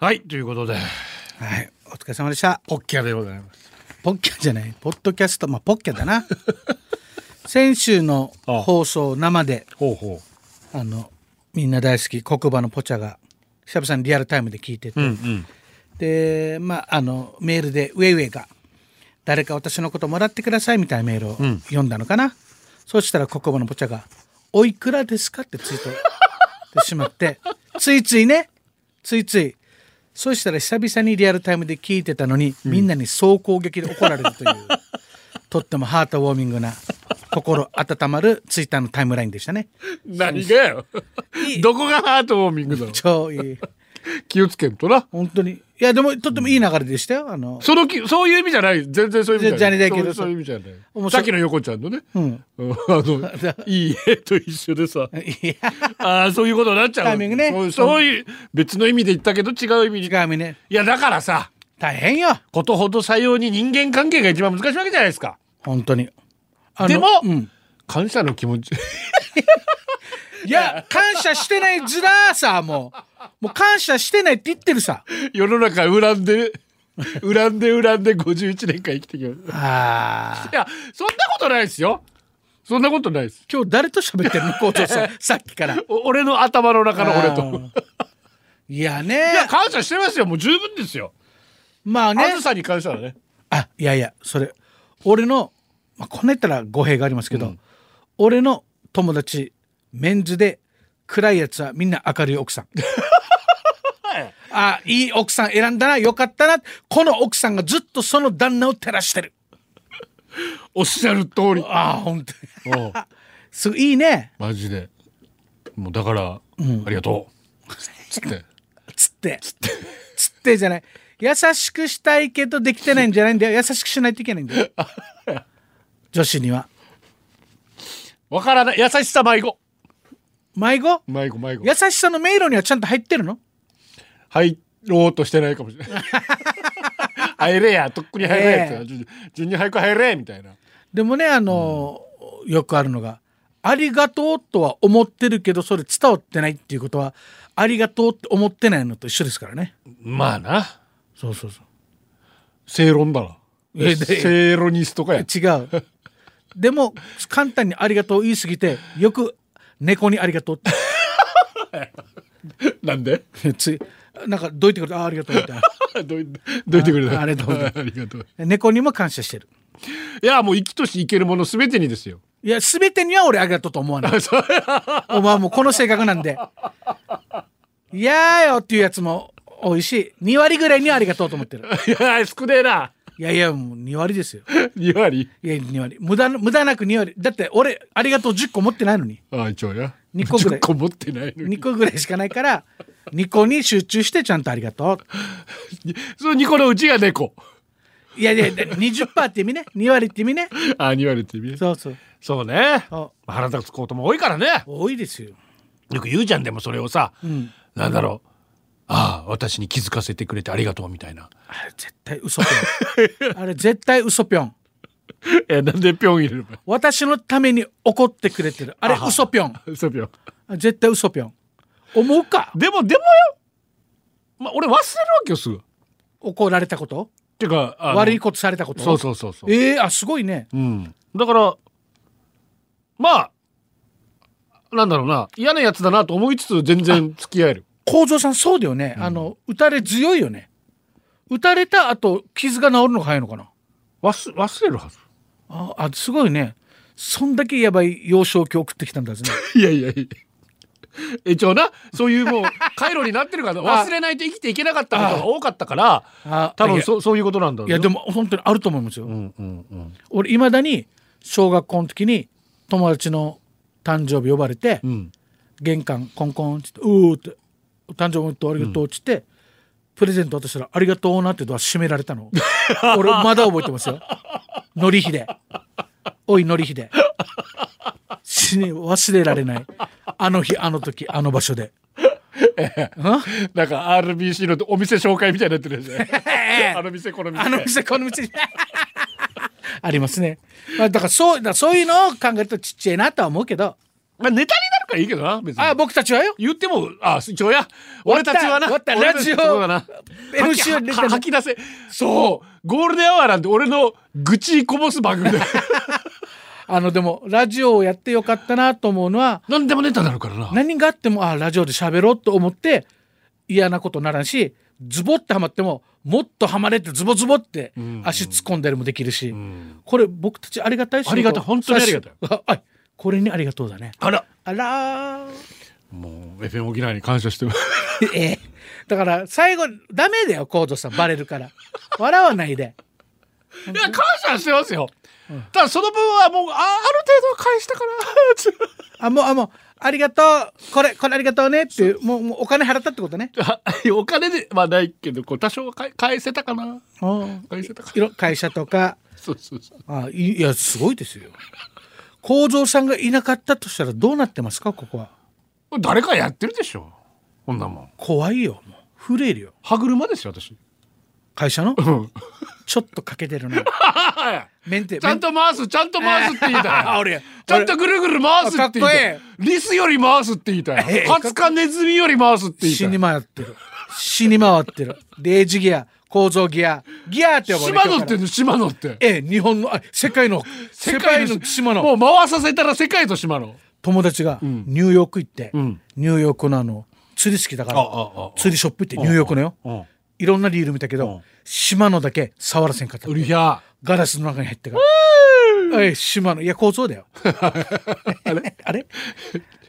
はいということではい、お疲れ様でした。ポッキャでございますポッキャじゃない、ポッドキャスト、まあ、ポッキャだな。 先週の放送生で、ほうほあの、みんな大好き黒馬のポチャが。久々にリアルタイムで聞いてて、ううんで、まあ、あの、メールでウェイウェイが。誰か私のこともらってくださいみたいなメールをん読んだのかな。そうしたら黒馬のポチャが、おいくらですかってツイートしてしまって、ついついね、ついつい。そうしたら久々にリアルタイムで聞いてたのに、みんなに総攻撃で怒られるという、とってもハートウォーミングな、心温まるツイッターのタイムラインでしたね。何がよどこがハートウォーミングだろ超いい。気をつけんとな本当に。いや、でも、とってもいい流れでしたよ。あの、そのきそういう意味じゃない全然そういう意味じゃないじゃじゃねえけどそうそういう意味じゃな面い白いさっきの横ちゃんのね、うん。うんあのいい絵と一緒でさいや、ああそういうことになっちゃうタイミングねそうそういう、別の意味で言ったけど違う意味に違う意味ね。いやだからさ大変よ。ことほど採用に人間関係が一番難しいわけじゃないですか本当に。あのでも、うん感謝の気持ちいや、感謝してないずらーさ、もう。もう感謝してないって言ってるさ。 世の中恨んで恨んで恨んで51年間生きてきましたああ。いやそんなことないですよそんなことないです今日誰と喋ってるの校長 さん、さっきから。お俺の頭の中の俺とあーいやね。いや感謝してますよもう十分ですよまあねあ。ずさに感謝だねあ、いやいや、それ。俺の、まあ、こんな言ったら語弊がありますけど、俺の友達、メンズで、暗いやつはみんな明るい奥 さん。はいあ、いい奥さん選んだな、よかったな。この奥さんがずっとその旦那を照らしてる。おっしゃる通りああ、本当に。おうすごいいいねマジでもうだから、ありがとうつってつってつってつってじゃない優しくしたいけどできてないんじゃないんだよ優しくしないといけないんだよ女子にはわからない優しさ迷子迷子迷子迷子優しさの迷路にはちゃんと入ってるの入ろうとしてないかもしれ ない入れやとっくに入れやつ、ええ順に順に早く入れみたいなでもねあのー、よくあるのが「ありがとう」とは思ってるけどそれ伝わってないっていうことは「ありがとう」って思ってないのと一緒ですからねまあなそうそうそう正論だなえで正論にストかや違うでも簡単に「ありがとう」言いすぎてよく猫に「ありがとう」ってなんで ついなんかどいてくれてあありがとうみたいなどういどいてくれたあありがとうござい ありがとう猫にも感謝してるいやもう生きとし生けるもの全てにですよ いや全てには俺ありがとうと思わないそうお前はもうこの性格なんで「いやーよ」っていうやつも多いし2割ぐらいにはありがとうと思ってるいや少ねえないやいやもう2割ですよ2割いや2割無駄な無駄なく2割だって俺ありがとう10個持ってないのにああ一応や二個ぐらい10個持ってないのに2個ぐらいしかないから2個に集中してちゃんとありがとその2個のうちが猫ういやいや20%って意味ね2割って意味ねああ2割って意味そうそうそうねそう腹立つことも多いからね多いですよよく言うじゃんでもそれをさ、んなんだろうああ私に気づかせてくれてありがとうみたいなあれ絶対嘘ぴょんあれ絶対嘘ぴょん えなんでぴょん入れる私のために怒ってくれてるあれあは嘘ぴょんの そうぴょん絶対嘘ぴょん思うかでもでもよ、まあ、俺忘れるわけよすぐ怒られたことていうかあの悪いことされたことそうそうそうそう、えー、あすごいねうん、だからまあなんだろうな嫌なやつだなと思いつつ全然付き合える幸三さんそうだよね、あの打たれ強いよね打たれた後傷が治るのが早いのかな忘忘れるはずああすごいねそんだけやばい幼少期送ってきたんだ ぜねいやいやいや一応なそういう もう回路になってるから忘れないと生きていけなかったことが多かったからあ多分うそそういうことなんだろういねやでも本当にあると思いますよ、うんうんうん俺いまだに小学校の時に友達の誕生日呼ばれて、うん玄関コンコンって言って「うー」って「お誕生日おめでとうありがとう」って言って、プレゼント渡したら「ありがとうな」ってドア閉められたの 俺まだ覚えてますよのりひでおいのりひで死に忘れられないあの日あの時あの場所でなんか RBC のお店紹介みたいになってるじゃ ええんあの店この店あの店この店 ありますね、まあ、だからそうだからそういうのを考えるとちっちゃいなとは思うけどまあ、ネタになる仲いいけどな別にあ僕たちはよ言ってもあ一応や俺たちはな終わった終俺わったたちラジオそうだな MC を吐きは吐き出せそうゴールデンアワーなんて俺の愚痴こぼす番組だよあのでもラジオをやってよかったなと思うのは 何でもネタになるからな何があってもあラジオで喋ろうと思って嫌なことならんしズボってはまってももっとはまれてズボズボってん足突っ込んだりもできるし、んこれ僕たちありがたいしありがたい本当にありがたいいあこれにありがとうだねあらあ らーもう FM 沖縄に感謝してるええだから最後ダメだよコードさんバレるから笑わないでいや感謝してますよ、ただその分はもうあある程度は返したからあもうあもうありがとうこれこれありがとうねっていうもうもうお金払ったってことねあ お金ではないけどこう多少は返返せたかな返せたかいろ会社とかそうそうそうあいいやすごいですよ幸三さんがいなかったとしたらどうなってますかここは誰かやってるでしょこんなもん怖いよもう震えるよ歯車ですよ私会社 のんちょっと欠けて るなメンテちゃんと回すちゃんと回すって言いた あい俺ちゃんとぐるぐる回すって言いたあいかリスより回すって言いたええいハツカネズミより回すって言いた死いに回ってる死に回ってるデージギア構造ギアギアって呼ばれる島野って言うの島野ってええ日本のあ世界の世界の島のもう回させたら世界と島野友達がニューヨーク行って、んニューヨークのあの釣り好きだからあああ釣りショップ行ってニューヨークのようんいろんなリール見たけうんど島のだけ触らせんかったウリヒャガラスの中に入ってからええ島のいや構造だ よあれあれ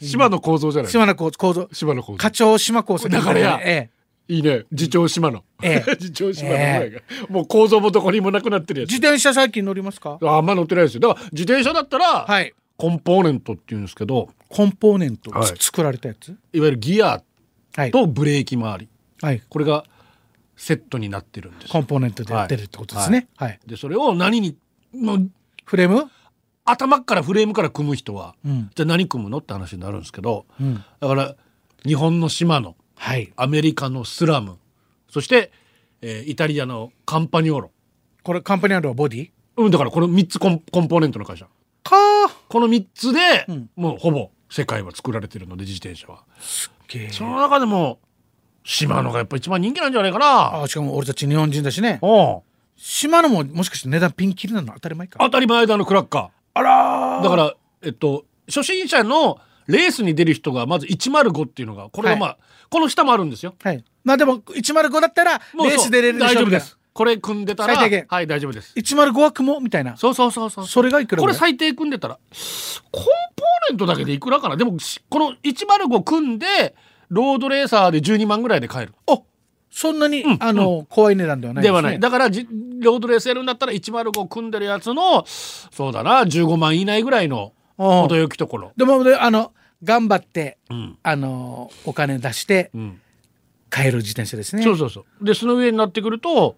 島の構造じゃない島の構造島の構造課長島構造だからやええいいね自重島野ええ 自重島野ぐらいがもう構造もどこにもなくなってるやつ自転車最近乗りますかああんま乗ってないですよだから自転車だったらはいコンポーネントっていうんですけどコンポーネント、はいつ作られたやついわゆるギアはい、とブレーキ周りはい、これがセットになってるんですコンポーネントでやってるってことですねはい、でそれを何にもうフレーム頭からフレームから組む人は、うんじゃあ何組むのって話になるんですけど、うんだから日本の島のはいアメリカのスラムそして、えーイタリアのカンパニョーロ、これカンパニアンドはボディうん、だからこの3つコンコンポーネントの会社かーこの3つで、んもうほぼ世界は作られてるので自転車は。けーその中でも島野がやっぱ一番人気なんじゃないかな。あしかも俺たち日本人だしねおう島のももしかして値段ピンキリなの当たり前か当たり前だあのクラッカあらー。ーだからえっと初心者のレースに出る人がまず105っていうのがこれがまあ、この下もあるんですよ。はいまあでも105だったらもうレーそうス出れるでし大ょ丈夫みたいでなす。これ組んでたら最低限はい大丈夫です。 105は雲みたいなそうそうそうそう。それがいくらこぐれらい最低組んでたらコンポーネントだけでいくらかなでもしこの105組んでロードレーサーで12万ぐらいで買える。おそんなに、あの、怖い値段ではないですねはない。だからじロードレースやるんだったら105組んでるやつのそうだな15万以内ぐらいのうん程よきところ。でもであの頑張って、うんあのお金出してうん買える自転車ですねそうそうそう。でその上になってくると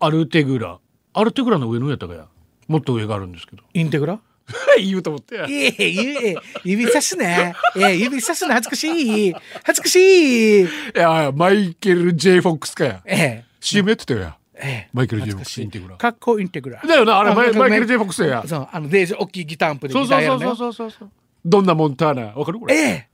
アルテグラアルテグラの上の上やったかやもっと上があるんですけどインテグラ 言うと思っていえいえいえ指さすねいえ指さすね恥ずかしい恥ずかしいいやマイケル・ J ・フォックスかやええ CM やってたよやええマイケル J 懐かしいインテグラかっこインテグラだよなあれマイなんかマイケル J フォックスやそうあのデージ大きいギターアンプでそうギタそうーやそるうのそうよそうそうそうどんなモンターナわかるこれええ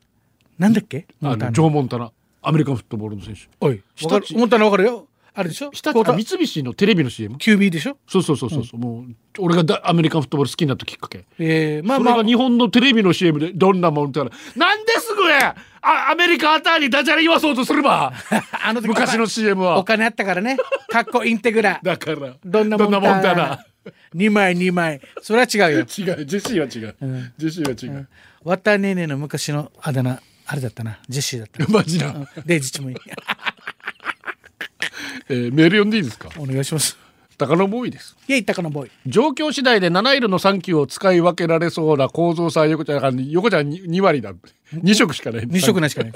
なんだっけあモンタのージナョー・モンタナアメリカンフットボールの選手おい日立わかるモンターナわかるよあれでしょ日立クォータあー三菱のテレビの CM QB でしょそうそうそうそうそうもう俺がだアメリカンフットボール好きになったきっかけええまあそまれあが日本のテレビの CM でどんなモンターナなんですぐやあアメリカあたりダジャレ言わそうとすれ ばあの時昔の CM はお金あったからねかっこインテグラだからどんなどもんなんだモンターナ2枚2枚それは違うよ違うジェシーは違う、ジェシーは違う、わたねーねーの昔のあだ名あれだったなジェシーだったなマジな、デイジチもいいえーメール読んでいいですかお願いします高野ボーイですイエイタカのボーイ状況次第で七色の3級を使い分けられそうな構造さん横ちゃんが横ちゃんに2割だ2色しかない2色ないしかない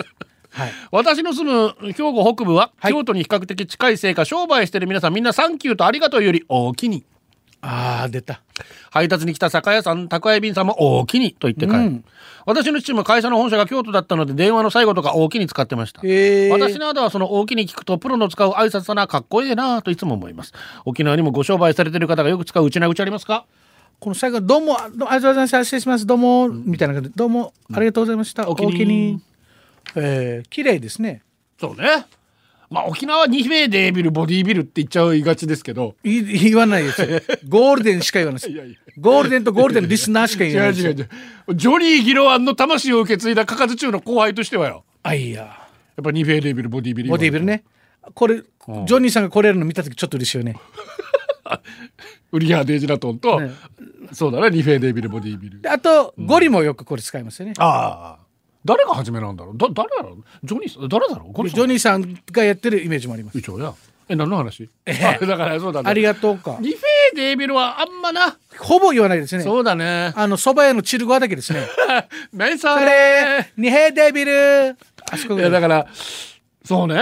はい私の住む兵庫北部は、はい京都に比較的近いせいか商売してる皆さんみんな「サンキュー」と「ありがとう」より「大きに」あー出た配達に来た酒屋さん宅配便さんも「大きに」と言って帰る、うん私の父も会社の本社が京都だったので電話の最後とか「大きに」使ってました、えー、私などはその大きに聞くとプロの使う挨拶だなかっこいいなといつも思います沖縄にもご商売されてる方がよく使ううちなぐちありますかこの最後、どうも、あどうもありがとうございました。失礼します。どうも、みたいな感じで、どうも、ありがとうございました。おおおき気にに。えー、綺麗ですね。そうね。まあ沖縄2名でビルボディビルって言っちゃいがちですけど。い言わないで すよ。ゴールデンしか言わないですいやいやゴールデンとゴールデンのリスナーしか違言うわないです違う違う。ジョニー・ギロワンの魂を受け継いだカカズ中の後輩としてはよ。あいややっぱ2名でビルボディビル。ボディービル。ねこれジョニーさんが来れるの見た時ちょっと嬉しいよねウリアー・デイジラトンと、ねそうだね、2名でビルボディビルで。あとゴリもよくこれ使いますよね、ああ。誰が始めなんだろうだ誰だろうジョニーさん誰だろうこれジョニーさんがやってるイメージもあります一応や。え、何の話ええあだからそうだね。ありがとうかリフェーデービルはあんまな。ほぼ言わないですねそうだね。 あの蕎麦屋のチルゴアだけですね何そあれれ二平デビルあそこいぐらやいだから、そうね。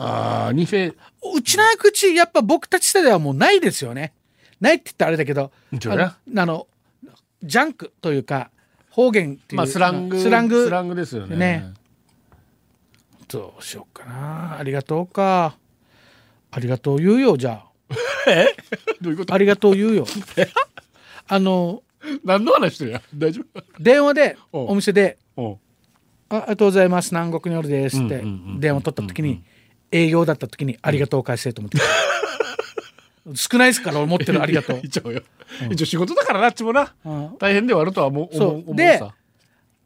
ああ、ニフェ、うちな口やっぱ僕たち世代はもうないですよねないって言ったらあれだけど一応ねあのあのジャンクというか方言っていう、まあスラング、スラングですよね。ねどうしようかなありがとうかありがとう言うよじゃ どういうことあありがとう言 うよあの何の話してるや 大丈電話でおうお店で夫おう 「あありがとうございます南国におるです」ってうんうんうんうん」電話取った時に営業だった時に「ありがとう」返せと思って少ないですから俺持ってる「ありがとう 一応よ。一応仕事だからなっちもな。うん大変ではあるとは思う。そう思うで思うさ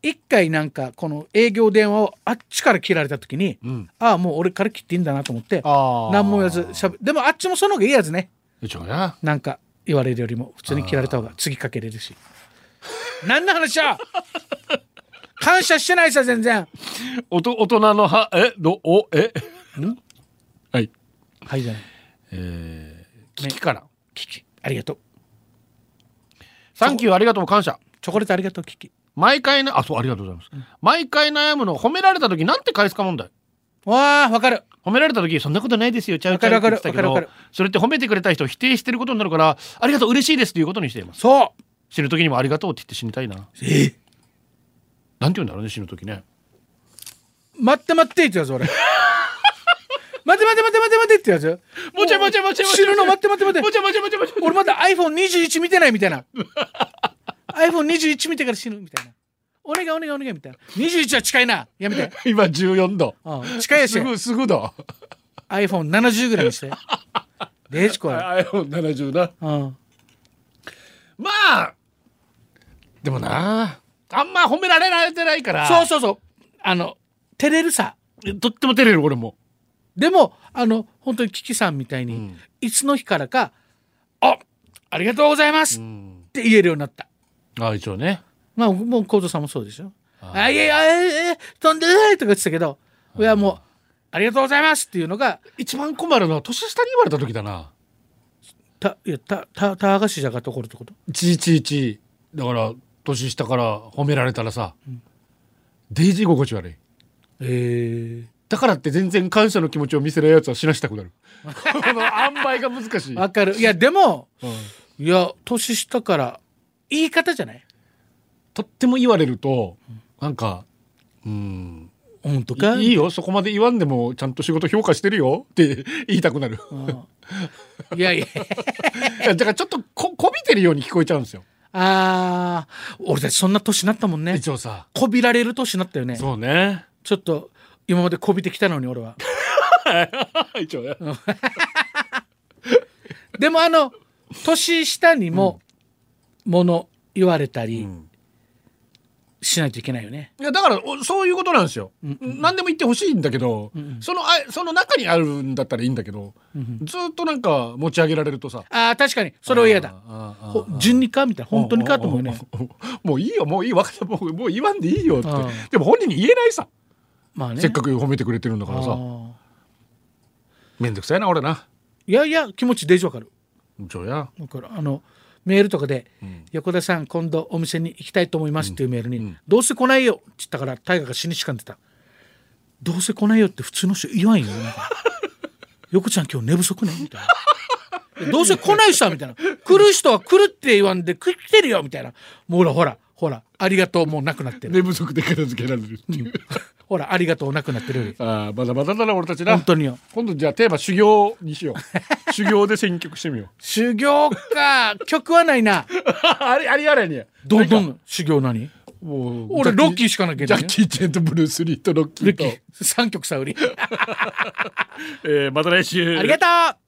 一回なんかこの営業電話をあっちから切られた時に、うんああもう俺から切っていいんだなと思ってあー何も言わずしゃべでもあっちもその方がいいやつね一応や。なんか言われるよりも普通に切られた方が次かけれるし何の話や 感謝してないさ全然おと大人のは、え、ど、お、え。はい。はいじゃないえー、危機から。キキありがとうサンキューありがとう感謝。チョコレートありがとうキキ毎回な、あ、そう、ありがとうございます。毎回悩むの、褒められた時なんて返すか問題。わあわかる褒められた時そんなことないですよちゃうちゃうわって言かるってたけどわかるわかるわそれって褒めてくれた人を否定してることになるからありがとう嬉しいですということにしていますそ死ぬ時にもありがとうって言って死にたいなうえなんて言うんだろうね死ぬ時ね待って待ってってや つ俺待って待って待って待って待ってってやつもうちょいもうちょいもうちょいもうちょい知るの待って待って待もっうてちょいもうちょいもうちょいもうちょい俺まだ iPhone21 見てないみたいな iPhone21 見てから死ぬみたいなお願いお願いお願いみたいな21は近いなやめて、今14度うん、近いやしすぐすぐだ iPhone70 ぐらいにしてデジコは iPhone70 なうんまあでもなあんま褒められられてないからそうそうそうあの照れるさとっても照れる俺もでもあの本当にキキさんみたいに、んいつの日からか「あありがとうございます」うっんて言えるようになったあ一応ねまあもう幸三さんもそうでしょ「あいやいやいやいやとんでもない」とか言ってたけどいやもう「ありがとうございます」っていうのが一番困るのは年下に言われた時だなたいやたたたあがしじゃがところってことちいちいちいだから年下から褒められたらさ、デイジー心地悪いえだからって全然感謝の気持ちを見せないやつは死なしたくなるこの塩梅が難しい、ー、わかるいやでもうんいや年下から言い方じゃないとっても言われるとなんかうん本当かいいいよそこまで言わんでもちゃんと仕事評価してるよって言いたくなるうんいやい やいやだからちょっとここびてるように聞こえちゃうんですよあー俺たちそんな年になったもんね一応さこびられる年になったよねそうねちょっと今までこびてきたのに俺は 一応ねでもあの年下にももの言われたりんしないといけないよね、いやだからおそういうことなんですよ、何でも言ってほしいんだけど、そのあその中にあるんだったらいいんだけど、ずっとなんか持ち上げられるとさああ確かにそれは嫌だあーあーほ順にかみたいな本当にかと思うよねもういいよもういいわかったもうもう言わんでいいよってうんでも本人に言えないさ、まあねせっかく褒めてくれてるんだからあさーめんどくさいな俺ないやいや気持ちデージわかるそうやだからあのメールとかで「横田さん今度お店に行きたいと思います」っていうメールに「どうせ来ないよ」って言ったから大我が死にしかんでた「どうせ来ないよ」って普通の人言わんよなんか 横ちゃん今日寝不足ね」みたい な「どうせ来ないさ」みたいな「来る人は来るって言わんで来てるよ」みたいな「もうほらほらほらありがとうもうなくなってる寝不足で片付けられるっていう、ほらありがとうなくなってるよりああまだまだだな俺たちな本当によ今度じゃあテーマ修行にしよう修行で選曲してみよう修行か曲はないなあれあれやれにやどどん修行何もう俺ロッキーしかなきゃいジけャないッキー・チェンとブルース・リーとロッキーと、 3曲さ売りえーまた来週ありがとう